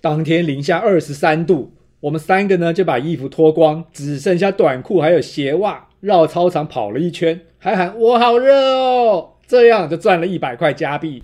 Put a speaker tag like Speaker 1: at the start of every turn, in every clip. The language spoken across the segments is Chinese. Speaker 1: 当天零下二十三度，我们三个呢就把衣服脱光，只剩下短裤还有鞋袜，绕操场跑了一圈，还喊我好热哦，这样就赚了一百块加币。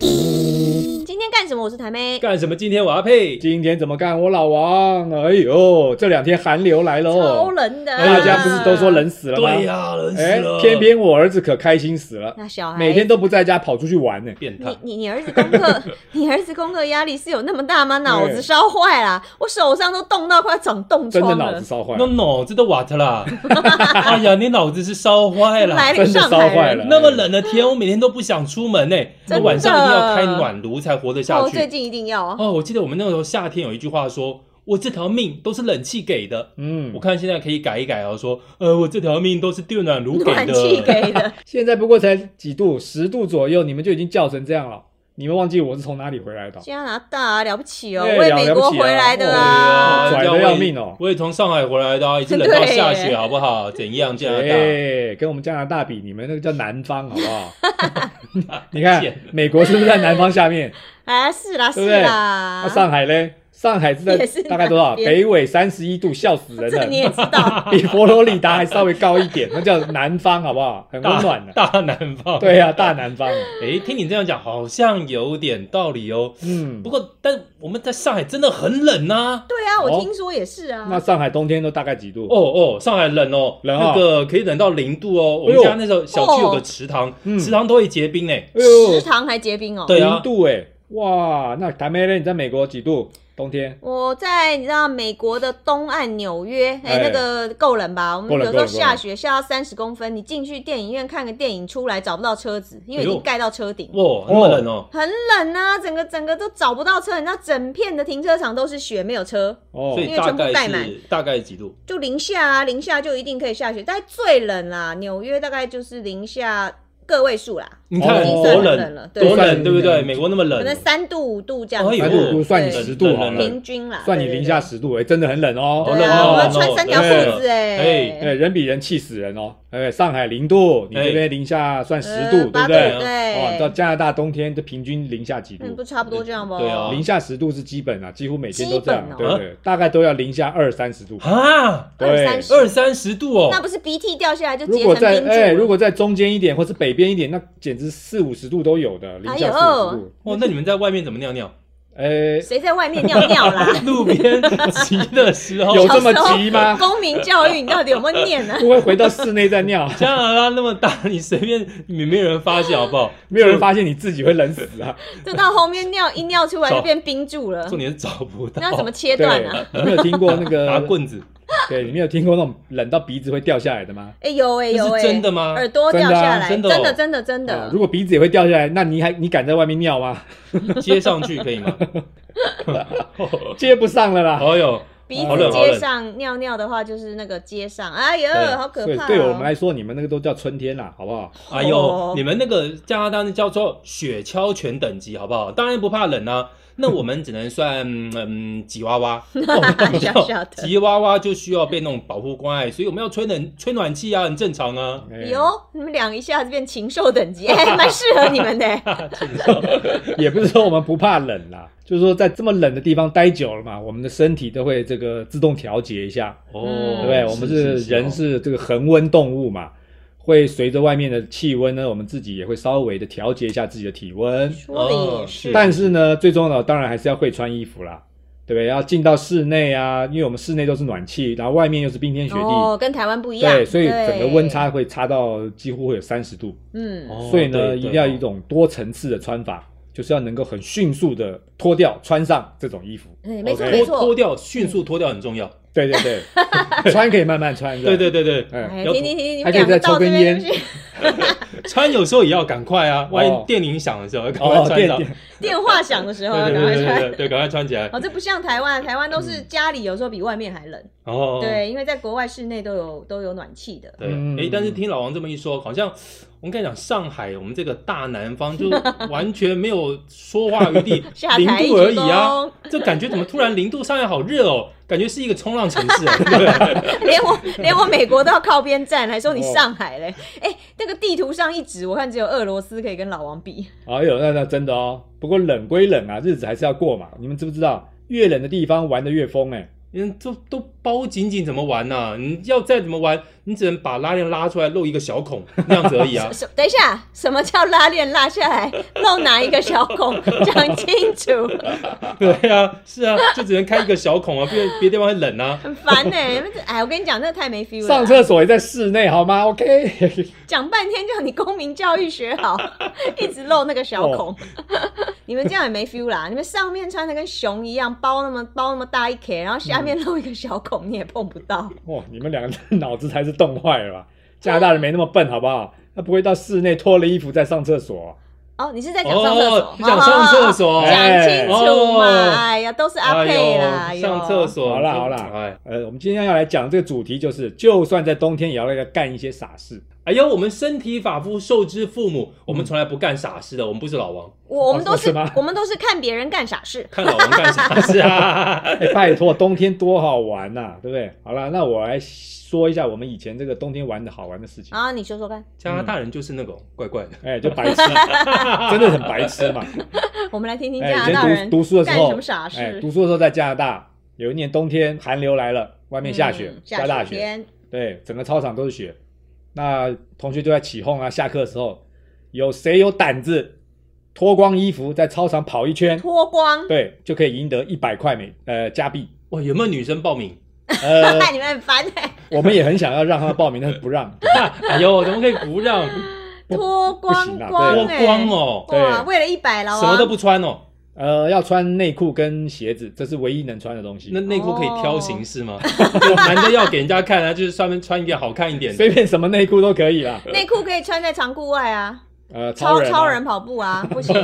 Speaker 2: 今天干什么？我是台妹，
Speaker 3: 干什么？今天我要配
Speaker 1: 今天怎么干？我老王，哎呦，这两天寒流来了
Speaker 2: 超
Speaker 1: 哦，
Speaker 2: 冷的。
Speaker 1: 大家不是都说冷死了吗？
Speaker 3: 对呀、冷死
Speaker 1: 哎
Speaker 3: 了，，
Speaker 1: 偏偏我儿子可开心死了，
Speaker 2: 那小孩
Speaker 1: 每天都不在家，跑出去玩呢。
Speaker 3: 变态
Speaker 2: 你。你你儿子功 课，你儿子功课压力是有那么大吗？脑子烧坏啦，我手上都冻到快长冻
Speaker 1: 真的
Speaker 2: 疮
Speaker 1: 脑
Speaker 2: 了
Speaker 1: 子。烧坏
Speaker 3: 那
Speaker 1: 了，
Speaker 3: 脑子都瓦特啦！ 哎呀，你脑子是烧坏了。
Speaker 2: 来了
Speaker 1: 真的
Speaker 2: 个哎上
Speaker 1: 烧
Speaker 2: 海
Speaker 1: 坏
Speaker 2: 人，
Speaker 1: 了。哎
Speaker 3: 那么冷的天，我每天都不想出门呢、
Speaker 2: 真的
Speaker 3: 那晚上一定要开暖炉才活得下
Speaker 2: 哦，最
Speaker 3: 去。
Speaker 2: 近一定要哦。
Speaker 3: 哦，我记得我们那个时候夏天有一句话说：“我这条命都是冷气给的。”我
Speaker 1: 嗯，
Speaker 3: 看现在可以改一改哦，说：“呃，我这条命都是电暖炉给
Speaker 2: 暖气
Speaker 3: 的。
Speaker 2: 给的，
Speaker 1: 现在不过才几度，十度左右，你们就已经叫成这样了。你们忘记我是从哪里回来的？
Speaker 2: 加拿大啊了不起哦，
Speaker 1: 哎
Speaker 2: 为
Speaker 1: 了
Speaker 2: 美
Speaker 1: 了不
Speaker 2: 国
Speaker 1: 起啊
Speaker 2: 回来
Speaker 3: 哎
Speaker 2: 的
Speaker 1: 哦
Speaker 2: 啊。
Speaker 1: 拽得要命哦
Speaker 3: 我也从上海回来的、啊，已经冷到
Speaker 2: 对耶
Speaker 3: 下雪，好不好？怎样，加拿大？
Speaker 1: 哎，跟我们加拿大比，你们那个叫南方，好不 好？你看
Speaker 3: 贱
Speaker 1: 美国是不是在南方下面？
Speaker 2: 哎，是啦
Speaker 1: 对
Speaker 2: 是
Speaker 1: 不对
Speaker 2: 啦
Speaker 3: 啊
Speaker 1: 那，上海嘞？上海是在
Speaker 2: 也是
Speaker 1: 大概多少？
Speaker 2: 南边
Speaker 1: 北纬三十一度，笑死人
Speaker 2: 这你也
Speaker 1: 了，
Speaker 2: 知道。
Speaker 1: 比佛罗里达还稍微高一点，那叫南方，好不好？很温暖的。
Speaker 3: 大大南方。
Speaker 1: 对呀、大南方。
Speaker 3: 哎，听你这样讲，好像有点道理哦。
Speaker 1: 嗯
Speaker 3: 不，过，但我们在上海真的很冷呐、
Speaker 2: 对啊，我
Speaker 1: 哦
Speaker 2: 听说也是啊。
Speaker 1: 那上海冬天都大概几度？
Speaker 3: 哦哦，上海冷哦，
Speaker 1: 冷啊
Speaker 3: 那个可以冷到零度哦。我
Speaker 1: 哎
Speaker 3: 们
Speaker 1: 呦
Speaker 3: 家那时候小区有个池塘，
Speaker 1: 嗯
Speaker 3: 池塘都会结冰哎。
Speaker 1: 哎
Speaker 2: 食堂还结冰哦。
Speaker 3: 对啊
Speaker 1: 零度哎、哇！那台妹呢？你在美国几度？冬天？
Speaker 2: 我在你知道美国的东岸纽约，哎、
Speaker 1: 哎
Speaker 2: 那个够冷吧？我们
Speaker 1: 够冷
Speaker 2: 有时
Speaker 1: 够
Speaker 2: 候
Speaker 1: 冷
Speaker 2: 下雪下到三十公分，你进去电影院看个电影，出来找不到车子，因为已
Speaker 3: 哎
Speaker 2: 经
Speaker 3: 呦
Speaker 2: 盖到车顶。
Speaker 3: 哇，那么冷哦，
Speaker 2: 很冷啊，整个整个都找不到车，你知道整片的停车场都是雪，没有车，
Speaker 1: 哦
Speaker 3: 所，
Speaker 2: 因
Speaker 3: 以
Speaker 2: 为全
Speaker 3: 大
Speaker 2: 部盖
Speaker 3: 概
Speaker 2: 满
Speaker 3: 是大概几度？
Speaker 2: 就零下啊，零下就一定可以下雪，大概最冷啦，纽约大概就是零下个位数啦，
Speaker 3: 你看
Speaker 1: 已经
Speaker 3: 多
Speaker 1: 算
Speaker 2: 很冷了
Speaker 3: 冷，
Speaker 2: 哦对
Speaker 3: 多
Speaker 1: 算
Speaker 3: 冷，对不对？
Speaker 1: 冷
Speaker 3: 美国那么冷
Speaker 2: 可，能三度五度这样子，
Speaker 3: 哎
Speaker 1: 三
Speaker 3: 呦
Speaker 1: 度度算你
Speaker 2: 对
Speaker 1: 十度好
Speaker 3: 冷
Speaker 1: 了，
Speaker 2: 平均啦。
Speaker 1: 算你
Speaker 2: 对对
Speaker 1: 零
Speaker 2: 对
Speaker 1: 下十度哎、真的很冷哦。
Speaker 3: 好
Speaker 2: 对
Speaker 3: 冷
Speaker 2: 啊，
Speaker 3: 哦
Speaker 2: 我要
Speaker 3: 冷哦
Speaker 2: 穿三条
Speaker 3: 对
Speaker 2: 裤子哎、
Speaker 3: 哎
Speaker 1: 哎，人比人气死人哦！哎，上海零度，你这边零下算十
Speaker 2: 哎呃
Speaker 1: 度，对
Speaker 2: 八
Speaker 1: 不
Speaker 2: 度
Speaker 1: 对？
Speaker 2: 对
Speaker 1: 哦，到加拿大冬天的平均零下几
Speaker 2: 嗯，
Speaker 1: 度
Speaker 2: 不？差不多这样吧？
Speaker 3: 对啊
Speaker 1: 零下十度是基本啊，几乎每天都这样
Speaker 2: 基，本啊
Speaker 1: 对
Speaker 3: 哦
Speaker 1: 不对？大概都要零下二三十度。
Speaker 3: 啊，
Speaker 2: 二
Speaker 1: 对
Speaker 2: 三十，
Speaker 3: 二三十度哦
Speaker 2: 那。不是鼻涕掉下来就
Speaker 1: 如
Speaker 2: 结
Speaker 1: 果
Speaker 2: 成
Speaker 1: 在
Speaker 2: 冰柱了？
Speaker 1: 哎、如果在中间一点或是北边一点，那简直四五十度都有的，零下
Speaker 2: 哎呦
Speaker 1: 四五十度。
Speaker 3: 哇，那你们在外面怎么尿 尿？
Speaker 1: 哎、
Speaker 2: 谁在外面尿尿啦？
Speaker 3: 路边急的时
Speaker 2: 哦
Speaker 3: 候，
Speaker 1: 有这么急吗？
Speaker 2: 公民教育你到底有没有念呢、啊
Speaker 1: 不会回到室内再尿，
Speaker 3: 加拿大那么大，你随便，你没有人发现好不好？
Speaker 1: 没有人发现你自己会冷死啊！
Speaker 2: 就到后面尿一尿出来就变冰柱了，
Speaker 3: 重点是找不到，
Speaker 2: 那怎么切断
Speaker 1: 对
Speaker 2: 啊？，
Speaker 1: 你没有听过那
Speaker 3: 拿
Speaker 1: 个？
Speaker 3: 棍子？
Speaker 1: 对，你没有听过那种冷到鼻子会掉下来的吗？
Speaker 2: 哎、有哎、
Speaker 3: 这
Speaker 2: 有哎、
Speaker 3: 是真的吗？
Speaker 2: 耳朵掉下来，
Speaker 3: 真的
Speaker 2: 真
Speaker 3: 啊真的
Speaker 2: 的
Speaker 3: 哦
Speaker 2: 真的真
Speaker 1: 啊
Speaker 2: 的
Speaker 1: 如，果鼻子也会掉下来，那你还你敢在外面尿吗？
Speaker 3: 接上去可以 吗？
Speaker 1: 接不上了啦。
Speaker 3: 哎呦，
Speaker 2: 鼻
Speaker 1: 哦好
Speaker 2: 子
Speaker 1: 冷
Speaker 3: 好冷
Speaker 2: 接上尿尿的话就是那个接上，哎呦，
Speaker 3: 对
Speaker 2: 好可
Speaker 1: 所以
Speaker 2: 怕、哦！
Speaker 1: 对我们来说，你们那个都叫春天啦，好不好？
Speaker 3: 哎
Speaker 2: 哦
Speaker 3: 呦，你们那个加拿大那叫做雪橇犬等级，好不好？当然不怕冷啊。那我们只能算 嗯吉娃娃，
Speaker 2: 小小的
Speaker 3: 吉娃娃就需要被那种保护关爱，所以我们要吹冷吹暖气啊，很正常啊。
Speaker 1: 哎
Speaker 2: 哟，你们俩一下子变禽兽等级，哎、蛮适合你们的、
Speaker 1: 哦哎也不是说我们不怕冷啦，就是说在这么冷的地方待久了嘛，我们的身体都会这个自动调节一下，
Speaker 2: 嗯
Speaker 3: 哦
Speaker 1: 对不对？我们是人是这个恒温动物嘛，会随着外面的气温呢，我们自己也会稍微的调节一下自己的体温。
Speaker 2: 说的也是，
Speaker 1: 但是呢，最重要的当然还是要会穿衣服啦，对不对？要进到室内啊，因为我们室内都是暖气，然后外面又是冰天雪地，
Speaker 2: 哦，跟台湾不一样，
Speaker 1: 对，所以整个
Speaker 2: 对
Speaker 1: 温，差会差到几乎会有三十度。
Speaker 2: 嗯，
Speaker 3: 哦
Speaker 1: 所以呢，
Speaker 3: 对
Speaker 1: 一定要
Speaker 3: 对哦
Speaker 1: 一种多层次的穿法，就是要能够很迅速的脱掉、穿上这种衣服。
Speaker 2: 哎没错
Speaker 1: OK
Speaker 2: 没
Speaker 3: 脱
Speaker 2: 错
Speaker 3: 脱掉，迅速脱掉很重要。
Speaker 1: 对对 对，穿可以慢慢穿，是吧
Speaker 3: 对，对对对，
Speaker 1: 哎，
Speaker 2: 哎，
Speaker 3: 要
Speaker 2: 停停停，你
Speaker 1: 还
Speaker 2: 们
Speaker 1: 可以
Speaker 2: 两
Speaker 1: 再
Speaker 2: 个
Speaker 1: 抽
Speaker 2: 到这
Speaker 1: 根
Speaker 2: 边
Speaker 1: 烟
Speaker 2: 去，
Speaker 3: 穿有时候也要赶快啊，万一电铃响的时候，赶快
Speaker 1: 哦，
Speaker 3: 穿
Speaker 1: 电
Speaker 3: 上。
Speaker 1: 电
Speaker 2: 电话响的时候
Speaker 3: 对
Speaker 2: 哦赶
Speaker 3: 对
Speaker 2: 快
Speaker 3: 对对
Speaker 2: 穿。
Speaker 3: 对对，赶快穿起来。
Speaker 2: 哦，这不像台湾，台湾都是家里有时候比外面还冷。
Speaker 3: 哦，
Speaker 2: 对，因为在国外室内都有都有暖气的。
Speaker 3: 对，
Speaker 1: 嗯
Speaker 3: 哎，但是听老王这么一说，好像我我跟你讲，上海我们这个大南方就完全没有说话余地
Speaker 2: 下，
Speaker 3: 零
Speaker 2: 台一
Speaker 3: 度
Speaker 2: 鞠
Speaker 3: 而已啊。
Speaker 2: 躬，
Speaker 3: 这感觉怎么突然零度？上海好热哦，感觉是一个冲浪城市哎，对不对？
Speaker 2: 连我连我美国都要靠边站，还说你
Speaker 1: 哦
Speaker 2: 上海嘞？哎、那个地图上一指，我看只有俄罗斯可以跟老王比。。
Speaker 1: 哎呦，那那真的哦。不过冷归冷啊，日子还是要过嘛。你们知不知道，越冷的地方玩的越疯哎、
Speaker 3: 嗯，都都包紧紧怎么玩呢、你要再怎么玩，你只能把拉链拉出来露一个小孔那样子而已啊
Speaker 2: 什等一下，什么叫拉链拉下来？露哪一个小孔？讲清楚，
Speaker 3: 对啊，是啊，就只能开一个小孔啊，不然别地方会冷啊。
Speaker 2: 很烦呢、哎，我跟你讲，那太没 feel
Speaker 1: 上
Speaker 2: 了。
Speaker 1: 厕所也在室内好吗？OK，
Speaker 2: 讲半天叫你公民教育学好，一直露那个小
Speaker 1: 哦
Speaker 2: 孔。 你们这样也没 feel 啦！你们上面穿的跟熊一样，包那么包那么大一 K，然后
Speaker 1: 嗯
Speaker 2: 下面露一个小孔，你也碰不到。
Speaker 1: 哇，你们两个脑子才是冻坏了吧？加拿大人没那么笨好不好？他不会到室内脱了衣服再上厕所。
Speaker 2: 哦，你是在讲上厕所？
Speaker 3: 哦你讲上厕所
Speaker 2: 哦哦哦讲清楚
Speaker 3: 哎
Speaker 1: 哦
Speaker 2: 嘛！哎呀，都是阿佩啦，
Speaker 3: 哎
Speaker 2: 哎
Speaker 3: 呦
Speaker 2: 呦
Speaker 3: 上厕。所，
Speaker 1: 好啦好啦
Speaker 3: 哎，
Speaker 1: 呃，我们今天要来讲这个主题就是，就算在冬天也要来干一些傻事。
Speaker 3: 哎呦，我们身体发肤受之父母，我们从来不干傻事的，我们不是老王，
Speaker 2: 我我们都
Speaker 1: 哦是
Speaker 2: 是
Speaker 1: 吗
Speaker 2: 我们都是看别人干傻事。
Speaker 3: 看老王干傻事啊。
Speaker 1: 哎，拜托，冬天多好玩呐、对不对？好啦，那我来说一下我们以前这个冬天玩的好玩的事情。
Speaker 2: 啊，你说说看，
Speaker 3: 加拿大人就是那种怪怪的，
Speaker 1: 哎，就白痴， 真的很白痴嘛。
Speaker 2: 我们来听听
Speaker 1: 哎，
Speaker 2: 加
Speaker 1: 以
Speaker 2: 拿大
Speaker 1: 前
Speaker 2: 人
Speaker 1: 读读书的时
Speaker 2: 干
Speaker 1: 候，
Speaker 2: 什么傻事。
Speaker 1: 哎，读书的时候在加拿大，有一年冬天寒流来了，外面下雪，
Speaker 2: 嗯
Speaker 1: 下大
Speaker 2: 下
Speaker 1: 雪，
Speaker 2: 天，
Speaker 1: 对，整个操场都是雪。那同学就在起哄啊，下课的时候，有谁有胆子脱光衣服在操场跑一圈，
Speaker 2: 脱光，
Speaker 1: 对，就可以赢得一百块美呃加币。
Speaker 3: 哇，有没有女生报名？
Speaker 1: 呃，
Speaker 2: 哎，你们很烦哎，
Speaker 1: 我们也很想要让他们报名，但是不让。
Speaker 3: 哎呦，怎么可以不让
Speaker 2: 脱光
Speaker 1: 不行啊
Speaker 2: 光
Speaker 3: 脱
Speaker 2: 哎，
Speaker 3: 光哦？
Speaker 2: 哇，
Speaker 1: 对
Speaker 2: 为了一百啊了，
Speaker 3: 什么都不穿哦？
Speaker 1: 呃，要穿内裤跟鞋子，这是唯一能穿的东西
Speaker 3: 那。内裤可以挑形式吗？就男的要给人家看啊，就是上面穿一个好看一点的。
Speaker 1: 随便什么内裤都可以啦。
Speaker 2: 内裤可以穿在长裤外啊，
Speaker 1: 呃，超
Speaker 2: 超
Speaker 1: 人、
Speaker 2: 超人。跑步 啊，不行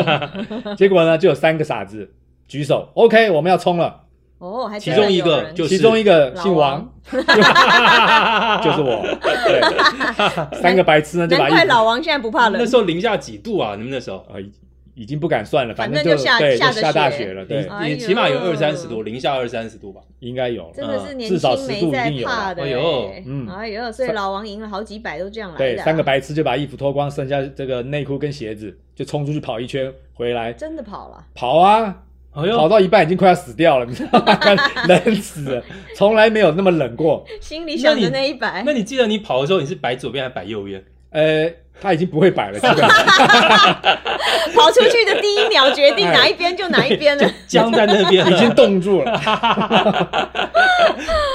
Speaker 1: 结果呢，就有三个傻子举手，OK，我们要冲了。
Speaker 2: 哦，还
Speaker 3: 其中一个
Speaker 2: 就
Speaker 3: 就是
Speaker 1: 其中一个姓
Speaker 2: 老
Speaker 1: 王
Speaker 2: 王，
Speaker 1: 就是我。对， 三个白痴呢就把
Speaker 2: 难
Speaker 1: 衣
Speaker 2: 怪
Speaker 1: 服
Speaker 2: 老王现在不怕
Speaker 3: 那
Speaker 2: 冷
Speaker 3: 时，候零下几度啊？你们那时候？
Speaker 1: 呃已已经不敢算了，
Speaker 2: 反
Speaker 1: 正
Speaker 2: 正就下
Speaker 1: 对
Speaker 2: 下
Speaker 1: 就
Speaker 2: 着
Speaker 1: 下大
Speaker 2: 雪
Speaker 1: 雪了，对，
Speaker 2: 哎
Speaker 3: 也
Speaker 2: 呦
Speaker 3: 起码有二三十度，零下二三十度吧。
Speaker 1: 应该有。
Speaker 2: 真
Speaker 3: 啊
Speaker 2: 的是年
Speaker 1: 至少
Speaker 2: 轻
Speaker 1: 10
Speaker 2: 没
Speaker 1: 度一
Speaker 2: 在
Speaker 1: 定有
Speaker 2: 怕
Speaker 1: 啊
Speaker 2: 的
Speaker 3: 哎呦
Speaker 2: 哎
Speaker 1: 嗯，
Speaker 2: 哎呦，所以老王赢了好几百都这样来
Speaker 1: 对，
Speaker 2: 的啊，
Speaker 1: 三个白痴就把衣服脱光，剩下这个内裤跟鞋子，就冲出去跑一圈，回来
Speaker 2: 真的跑了，
Speaker 1: 跑啊，
Speaker 3: 哎
Speaker 1: 跑
Speaker 3: 呦，
Speaker 1: 到一半已经快要死掉了， 你知道 吗？冷死了，从来没有那么冷过。
Speaker 2: 心里想
Speaker 3: 那
Speaker 2: 着
Speaker 3: 你
Speaker 2: 那一百
Speaker 3: 那，你记得你跑的时候你是摆左边还是摆右边？
Speaker 1: 呃，他已经不会摆了，基本上。
Speaker 2: 跑出去的第一秒决定
Speaker 1: 哎
Speaker 2: 哪一边就哪一边 了。
Speaker 3: 僵在那边了
Speaker 1: 已经冻住 了。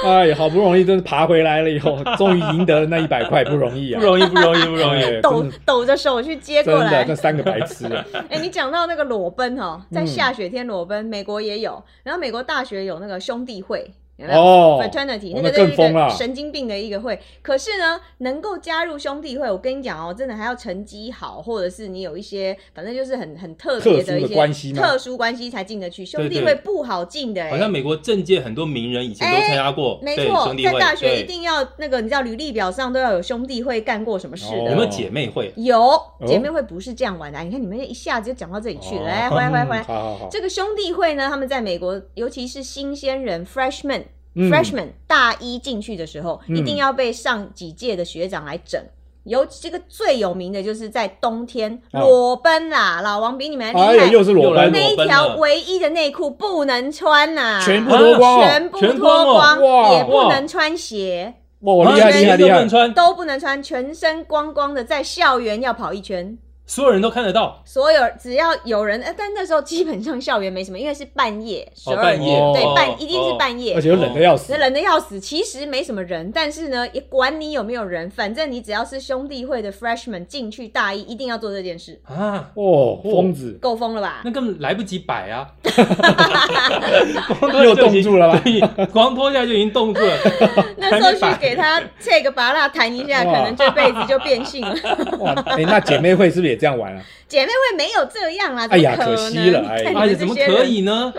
Speaker 1: 哎，好不容易真的爬回来了以后，终于赢得了那一百块，不容易啊！
Speaker 3: 不容易，不容易，不容易。
Speaker 1: 哎
Speaker 2: 抖抖着手去接
Speaker 1: 真
Speaker 2: 过
Speaker 1: 的，
Speaker 2: 来
Speaker 1: 那。三个白痴 啊，
Speaker 2: 哎、你讲到那个裸奔哦，
Speaker 1: 嗯
Speaker 2: 在下雪天裸奔，美国也有，然后美国大学有那个兄弟会，有没有、
Speaker 1: 哦
Speaker 2: f r a t e r n i t y
Speaker 1: 哦
Speaker 2: 那个
Speaker 1: 那更
Speaker 2: 就是一
Speaker 1: 疯了
Speaker 2: 个神经病的一个会。可是呢，能够加入兄弟会，我跟你讲哦，真的还要成绩好，或者是你有一些，反正就是很很特别
Speaker 1: 特殊的
Speaker 2: 一些
Speaker 1: 关系吗
Speaker 2: 特殊关系才进得去。兄弟
Speaker 3: 对
Speaker 2: 会不好进的、哎。
Speaker 3: 好像美国政界很多名人以前都参加过，
Speaker 2: 哎没
Speaker 3: 对
Speaker 2: 错
Speaker 3: 兄，弟
Speaker 2: 在
Speaker 3: 会，
Speaker 2: 大学一
Speaker 3: 对
Speaker 2: 定要那个，你知道履历表上都要有兄弟会干过什么事的。
Speaker 1: 哦
Speaker 3: 有没有姐妹会？
Speaker 2: 有姐妹会不是这样玩的、啊，你看你们一下子就讲到这里去了，
Speaker 1: 哦
Speaker 2: 来回来回来回
Speaker 1: 嗯
Speaker 2: 来。
Speaker 1: 好好好，
Speaker 2: 这个兄弟会呢，他们在美国，尤其是新鲜人 freshman、
Speaker 1: 嗯
Speaker 2: freshman 大一进去的时候，
Speaker 1: 嗯
Speaker 2: 一定要被上几届的学长来整。尤这个最有名的就是在冬天
Speaker 1: 哦
Speaker 2: 裸奔啦，老王比你们还
Speaker 1: 哎
Speaker 2: 厉
Speaker 1: 呀，
Speaker 2: 害。
Speaker 1: 又是裸奔
Speaker 3: 又，来
Speaker 2: 那一
Speaker 3: 裸奔
Speaker 2: 条
Speaker 3: 了
Speaker 2: 唯一的内裤不能穿呐、啊
Speaker 1: 全部脱光哦，
Speaker 2: 全部
Speaker 3: 全
Speaker 2: 脱
Speaker 3: 光哦
Speaker 1: 哇
Speaker 2: 也不
Speaker 3: 哇
Speaker 2: 能穿鞋，
Speaker 1: 哇，我哦厉害
Speaker 3: 啊
Speaker 1: 厉害
Speaker 3: 全身都
Speaker 1: 厉
Speaker 3: 不
Speaker 1: 害
Speaker 3: 能！穿，
Speaker 2: 都不能穿，全身光光的在校园要跑一圈。
Speaker 3: 所有人都看得到。
Speaker 2: 所有只要有人，呃，但那时候基本上校园没什么，因为是半夜十
Speaker 3: 哦，
Speaker 2: 二
Speaker 3: 半
Speaker 2: 点，
Speaker 3: 夜，
Speaker 1: 哦
Speaker 2: 对，
Speaker 3: 哦
Speaker 2: 半一定是。半夜
Speaker 1: 而，且又冷的要死
Speaker 2: 那，冷的要死。其实没什么人，但是呢，也管你有没有人，反正你只要是兄弟会的 freshman 进去大一，一定要做这件事，
Speaker 3: 哦啊，
Speaker 1: 哦，疯子，
Speaker 2: 够疯 了吧？
Speaker 3: 那根本来不及摆啊！
Speaker 1: 又冻住 了吧？
Speaker 3: 吧？光脱下来就已经冻住了，
Speaker 2: 那时候去给他这个拔蜡弹一下，可
Speaker 1: 哇
Speaker 2: 能这辈子就变性了。
Speaker 1: 哇，哎，那姐妹会是不是也这样玩啊？
Speaker 2: 姐妹会没有这样啦，
Speaker 1: 哎呀
Speaker 2: 怎么
Speaker 1: 可
Speaker 2: 可
Speaker 1: 惜了
Speaker 2: 能
Speaker 1: 哎
Speaker 2: 你看你
Speaker 3: 哎呀，
Speaker 2: 们
Speaker 3: 怎
Speaker 2: 这
Speaker 3: 么
Speaker 2: 些
Speaker 3: 可
Speaker 2: 人，
Speaker 3: 以呢？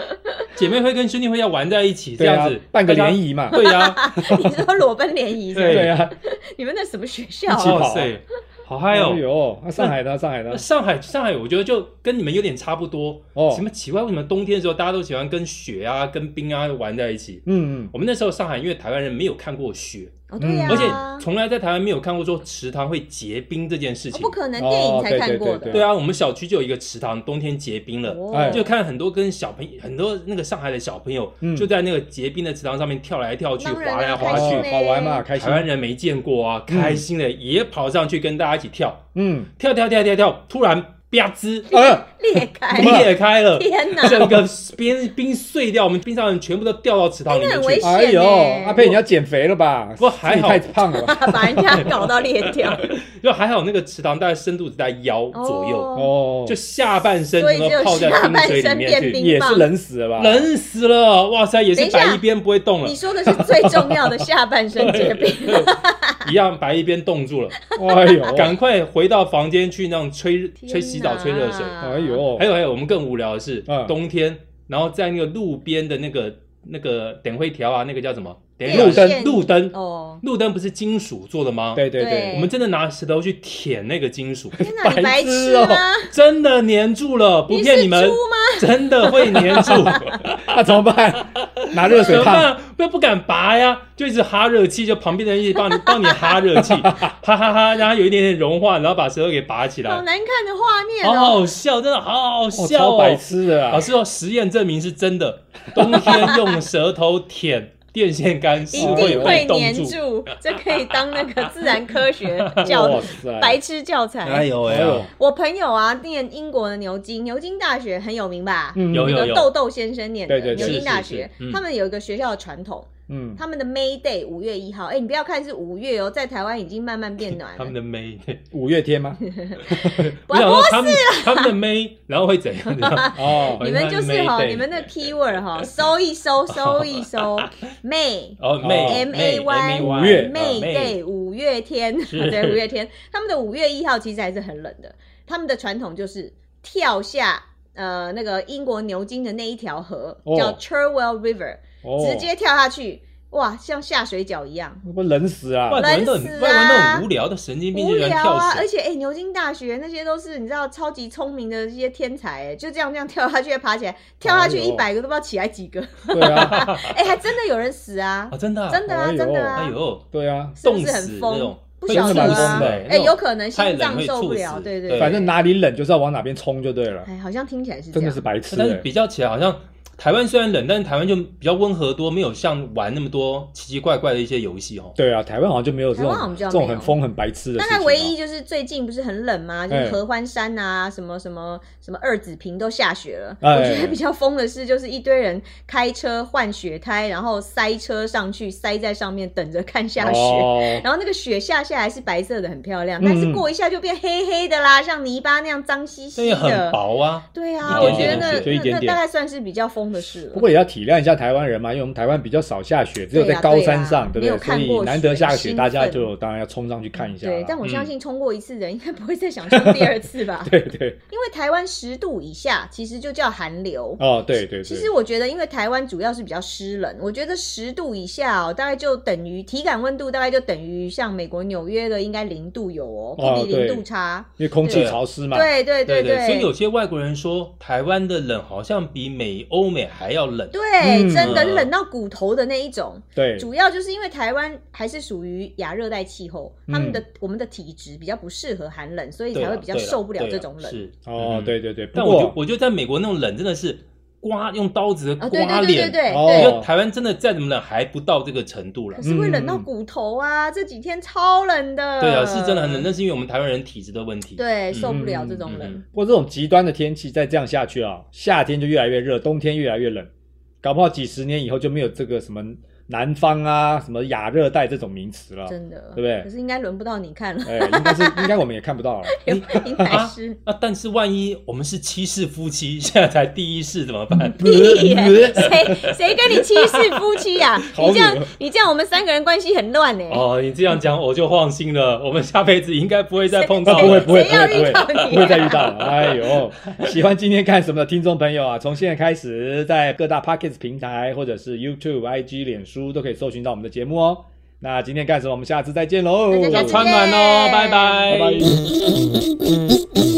Speaker 3: 姐妹会跟兄弟会要玩在一起，这
Speaker 1: 对啊
Speaker 3: 样子，
Speaker 1: 办个
Speaker 3: 大家
Speaker 1: 联谊嘛，
Speaker 3: 对呀，
Speaker 2: 你说裸奔联谊是吧？
Speaker 3: 对
Speaker 1: 对啊，
Speaker 2: 你们那什么学校
Speaker 1: 一
Speaker 2: 啊
Speaker 1: 起？跑
Speaker 3: 哇
Speaker 1: 啊
Speaker 3: 塞，好嗨哦！
Speaker 1: 呦，啊那上海呢？上海呢
Speaker 3: 那？上海，上海，我觉得就跟你们有点差不多。
Speaker 1: 哦
Speaker 3: 什，么奇怪？为什么冬天的时候大家都喜欢跟雪啊、跟冰啊玩在一起？
Speaker 1: 嗯嗯，
Speaker 3: 我们那时候上海，因为台湾人没有看过雪，
Speaker 2: 哦，对呀、
Speaker 3: 而且从来在台湾没有看过说池塘会结冰这件事
Speaker 2: 哦
Speaker 3: 情
Speaker 2: 不。可能，电影才看过
Speaker 1: 哦对
Speaker 2: 的。
Speaker 3: 对啊，我们小区就有一个池塘，冬天结冰
Speaker 2: 哦
Speaker 3: 了。
Speaker 1: 哎
Speaker 3: 就看很多跟小朋友，很多那个上海的小朋友、
Speaker 1: 嗯
Speaker 3: 就在那个结冰的池塘上面跳来跳去、
Speaker 2: 当然啊
Speaker 3: 滑来滑
Speaker 2: 开
Speaker 3: 去
Speaker 2: 心
Speaker 1: 哦
Speaker 2: 嘞，
Speaker 1: 好玩嘛，开心
Speaker 3: 台。湾人没见过啊，
Speaker 1: 嗯
Speaker 3: 开心的也跑上去跟大家一起跳，
Speaker 1: 嗯，
Speaker 3: 跳跳跳跳跳，突然吧吱
Speaker 2: 哎
Speaker 1: 呃，
Speaker 2: 裂开，
Speaker 3: 裂开了，
Speaker 2: 天哪，
Speaker 3: 整个冰冰碎掉，我们冰上人全部都掉到池塘里
Speaker 2: 真的
Speaker 3: 面
Speaker 2: 很危
Speaker 3: 去。
Speaker 2: 险
Speaker 1: 哎呦，
Speaker 2: 欸
Speaker 1: 阿佩，你要减肥了吧？
Speaker 3: 不还
Speaker 1: 自己
Speaker 3: 好
Speaker 1: 太胖了吧？
Speaker 2: 把人家搞到裂掉，
Speaker 3: 就还好那个池塘大概深度只在腰左右，
Speaker 2: 哦
Speaker 1: 哦，
Speaker 3: 就下半身
Speaker 2: 所以
Speaker 3: 整
Speaker 2: 只有
Speaker 3: 个泡在冰水里
Speaker 2: 下半
Speaker 3: 面
Speaker 2: 身变
Speaker 3: 去，
Speaker 1: 也是冷死了吧？
Speaker 3: 冷死了！哇塞，也
Speaker 2: 等一
Speaker 3: 是
Speaker 2: 下
Speaker 3: 白一边不会动了
Speaker 2: 你，说的是最重要的下半 身结冰，
Speaker 3: 一样白一边冻住了，
Speaker 1: 哎呦，
Speaker 3: 赶快回到房间去那种吹吹洗澡、吹热水。
Speaker 1: 哎呦，
Speaker 3: 还有还有，我们更无聊的是
Speaker 1: 嗯
Speaker 3: 冬天，然后在那个路边的那个那个等会条啊，那个叫什么？等
Speaker 1: 路灯
Speaker 2: 电线
Speaker 3: 路灯，
Speaker 2: 哦，
Speaker 3: 路灯不是金属做的吗？
Speaker 1: 对对
Speaker 2: 对
Speaker 1: 对，
Speaker 3: 我们真的拿石头去舔那个金属，
Speaker 2: 天哪，你白痴
Speaker 1: 痴哦
Speaker 2: 吗？
Speaker 3: 真的粘住了，不骗
Speaker 2: 是
Speaker 3: 你们
Speaker 2: 猪，吗？
Speaker 3: 真的会粘住，
Speaker 1: 那怎么 办？拿热
Speaker 3: 怎
Speaker 1: 水
Speaker 3: 么
Speaker 1: 烫，
Speaker 3: 办？不不敢拔呀，就一直哈热气，就旁边的人一直帮你帮你哈热 气，哈哈哈，让它有一点点融化，然后把舌头给拔起
Speaker 2: 好
Speaker 3: 来，
Speaker 2: 难看的画面
Speaker 3: 好
Speaker 2: 哦，
Speaker 3: 好笑，真的好好
Speaker 1: 哦，
Speaker 3: 笑
Speaker 1: 超白
Speaker 3: 哦。
Speaker 1: 痴的
Speaker 3: 老
Speaker 1: 啊！
Speaker 3: 师说实验证明是真的，冬天用舌头舔电线杆是
Speaker 2: 一
Speaker 3: 会
Speaker 2: 定会
Speaker 3: 被冻
Speaker 2: 粘住，这可以当那个自然科学 教
Speaker 1: 哇塞，
Speaker 2: 白痴教
Speaker 3: 哎
Speaker 2: 材。
Speaker 3: 呦哎
Speaker 1: 哎呦
Speaker 3: 呦，，
Speaker 2: 我朋友啊，念英国的牛津，牛津大学很有名吧？
Speaker 1: 嗯
Speaker 3: 有
Speaker 2: 那
Speaker 3: 有
Speaker 2: 个豆豆先生念的
Speaker 1: 对对
Speaker 2: 牛
Speaker 1: 对
Speaker 2: 津大
Speaker 3: 是是
Speaker 2: 学
Speaker 3: 是，嗯
Speaker 2: 他们有一个学校的传统，
Speaker 1: 嗯，
Speaker 2: 他们的 May Day 五月一号，哎、你不要看是五月哦，在台湾已经慢慢变暖
Speaker 3: 他们
Speaker 2: 了。
Speaker 3: 的妹，
Speaker 1: 五月天吗？
Speaker 3: 我想说他们
Speaker 2: 啊
Speaker 3: 他们的妹，然后会怎样？你知道吗
Speaker 1: 哦，
Speaker 2: 你们就是哈，
Speaker 3: May Day
Speaker 2: 你们的 keyword 哈，搜一搜，搜一搜 May
Speaker 3: 哦， 妹
Speaker 2: M A Y
Speaker 1: 五
Speaker 3: 啊
Speaker 1: 月
Speaker 2: May Day 五月天，
Speaker 3: 哦 是
Speaker 2: 对五月天，他们的五月一号其实还是很冷的。他们的传统就是跳下呃那个英国牛津的那一条河，
Speaker 1: 哦
Speaker 2: 叫 Cherwell River，
Speaker 1: 哦，
Speaker 2: 直接跳下去，哇，像下水饺一样。
Speaker 1: 不冷死啊！
Speaker 3: 外国人都很、
Speaker 2: 冷死啊
Speaker 3: 外国人都很无聊的神经病，
Speaker 2: 无
Speaker 3: 就喜欢
Speaker 2: 聊
Speaker 3: 跳
Speaker 2: 啊！而且
Speaker 3: 水。
Speaker 2: 哎、诶牛津大学那些都是你知道超级聪明的这些天才、诶就这样这样跳下去，爬起来，跳下去
Speaker 1: 哎
Speaker 2: 一
Speaker 1: 呦
Speaker 2: 百个都不知道起来几个，
Speaker 1: 对啊，
Speaker 2: 哎、还真的有人死啊
Speaker 3: 啊，，真的、啊，
Speaker 2: 真的啊，
Speaker 1: 哎呦
Speaker 2: 真的
Speaker 3: 哎
Speaker 2: 啊，
Speaker 3: 呦，
Speaker 1: 对啊，
Speaker 2: 是不
Speaker 3: 冻
Speaker 2: 是
Speaker 3: 死
Speaker 2: 很
Speaker 3: 那种
Speaker 2: 疯？，不晓
Speaker 1: 真
Speaker 2: 得
Speaker 1: 的蛮
Speaker 2: 啊
Speaker 1: 疯的，
Speaker 2: 哎、有可能
Speaker 3: 太
Speaker 2: 心
Speaker 3: 冷
Speaker 2: 脏
Speaker 3: 会
Speaker 2: 受
Speaker 3: 猝
Speaker 2: 不了，
Speaker 3: 死
Speaker 2: 对对
Speaker 3: 对
Speaker 1: 反正哪里冷就是要往哪边冲就对了，
Speaker 2: 哎，好像听起来是这
Speaker 1: 真的
Speaker 2: 样
Speaker 1: 是，白痴
Speaker 3: 但是
Speaker 1: 欸。
Speaker 3: 比较起来，好像台湾虽然冷，但是台湾就比较温和多，没有像玩那么多奇奇怪怪的一些游戏哦。
Speaker 1: 对啊，台湾好像就没有这
Speaker 2: 台湾好
Speaker 1: 种
Speaker 2: 像比较
Speaker 1: 这
Speaker 2: 没有
Speaker 1: 种很疯很白痴的
Speaker 2: 当
Speaker 1: 事情
Speaker 2: 然，
Speaker 1: 啊。
Speaker 2: 唯一就是最近不是很冷吗？就是
Speaker 1: 哎
Speaker 2: 合欢山啊，什么什么什么二子坪都下雪了。
Speaker 1: 哎
Speaker 2: 我觉得比较疯的是，就是一堆人开车换雪胎，然后塞车上去，塞在上面等着看下雪。
Speaker 1: 哦，
Speaker 2: 然后那个雪下下来是白色的，很漂亮，
Speaker 1: 嗯
Speaker 2: 但是过一下就变黑黑的啦，像泥巴那样脏兮
Speaker 3: 但
Speaker 2: 兮
Speaker 3: 也很
Speaker 2: 的。
Speaker 3: 薄啊，
Speaker 2: 对啊，
Speaker 3: 一
Speaker 2: 我
Speaker 3: 点
Speaker 2: 觉得
Speaker 3: 点
Speaker 2: 那
Speaker 3: 雪
Speaker 1: 就一
Speaker 2: 那
Speaker 1: 点
Speaker 2: 那
Speaker 1: 点
Speaker 2: 大概算是比较疯的事了。
Speaker 1: 不过也要体谅一下台湾人嘛，因为我们台湾比较少下雪，只有
Speaker 2: 对
Speaker 1: 在
Speaker 2: 啊
Speaker 1: 高山上，
Speaker 2: 对
Speaker 1: 对
Speaker 2: 啊没有
Speaker 1: 不对？所
Speaker 2: 看过
Speaker 1: 以难得下
Speaker 2: 雪
Speaker 1: 雪，
Speaker 2: 很
Speaker 1: 大家
Speaker 2: 兴奋
Speaker 1: 就当然要冲上去看一下啦。
Speaker 2: 对，但我
Speaker 3: 嗯
Speaker 2: 相信冲过一次的人应该不会再想冲第二次
Speaker 1: ，
Speaker 2: 吧
Speaker 1: 对对
Speaker 2: 因为台湾十度以下其实就叫寒流。
Speaker 1: 哦，对对对，
Speaker 2: 其实我觉得，因为台湾主要是比较湿冷，我觉得十度以下哦，大概就等于体感温度大概就等于像美国纽约的应该零度有哦，
Speaker 1: 哦
Speaker 2: 不比零
Speaker 1: 对
Speaker 2: 度差。
Speaker 1: 因为空气
Speaker 3: 对
Speaker 1: 潮湿嘛，
Speaker 2: 对对
Speaker 3: 对
Speaker 2: 对，
Speaker 3: 所以有些外国人说台湾的冷好像比美欧美还要冷。
Speaker 2: 对
Speaker 1: 嗯
Speaker 2: 真的
Speaker 3: 嗯
Speaker 2: 是冷到骨头的那一种。
Speaker 1: 对
Speaker 2: 主要就是因为台湾还是属于亚热带气候，
Speaker 1: 嗯
Speaker 2: 他们的我们的体质比较不适合寒冷，所以
Speaker 3: 对
Speaker 2: 才
Speaker 3: 啊
Speaker 2: 会比较
Speaker 3: 对啊
Speaker 2: 受不了
Speaker 3: 对啊
Speaker 2: 这种冷。
Speaker 3: 是
Speaker 1: 哦，，
Speaker 3: 嗯
Speaker 1: 对对对。不
Speaker 3: 但我觉得
Speaker 1: 过
Speaker 3: 我觉得在美国那种冷真的是刮用刀子
Speaker 2: 啊，对对
Speaker 3: 刮
Speaker 2: 对对
Speaker 3: 脸，
Speaker 2: 对
Speaker 1: 哦
Speaker 2: 对
Speaker 3: 因为台湾真的再怎么冷还不到这个程度了
Speaker 2: 可。是会冷到骨头啊！这几天超冷的。
Speaker 3: 对啊，是真的很冷，。那是因为我们台湾人体质的问题。
Speaker 2: 对，
Speaker 3: 嗯
Speaker 2: 受不了这种
Speaker 3: 嗯嗯
Speaker 2: 冷
Speaker 3: 嗯。
Speaker 1: 不过这种极端的天气再这样下去啊，夏天就越来越热，冬天越来越冷，搞不好几十年以后就没有这个什么南方啊、什么亚热带这种名词了。
Speaker 2: 真的，
Speaker 1: 对不对
Speaker 2: 可是应该轮不到你看了，
Speaker 1: 哎，应该是应该我们也看不到了。
Speaker 2: 应该是
Speaker 3: 啊，但是万一我们是七世夫妻，现在才第一世怎么办？
Speaker 1: 嗯
Speaker 2: 屁耶！谁谁跟你七世夫妻呀、
Speaker 1: 好
Speaker 2: 你这样
Speaker 1: 恶
Speaker 2: 你这样，我们三个人关系很乱呢、
Speaker 3: 哦，你这样讲我就放心了，我们下辈子应该不会再碰
Speaker 1: 啊，
Speaker 3: 到
Speaker 1: 不会
Speaker 3: 了。
Speaker 1: 不会
Speaker 2: 谁
Speaker 1: 不
Speaker 2: 要
Speaker 1: 会
Speaker 2: 遇到
Speaker 1: 不
Speaker 2: 你啊
Speaker 1: 会，不会再遇到了。哎呦，喜欢今天看什么的听众朋友啊，从现在开始，在各大 p o c k e t 平台或者是 YouTube、IG、脸书都可以搜寻到我们的节目哦。那
Speaker 3: 哦
Speaker 1: 今天干什么？我们下次再见喽，
Speaker 2: 大家下
Speaker 3: 要
Speaker 2: 次
Speaker 3: 穿暖哦，拜
Speaker 1: 拜拜。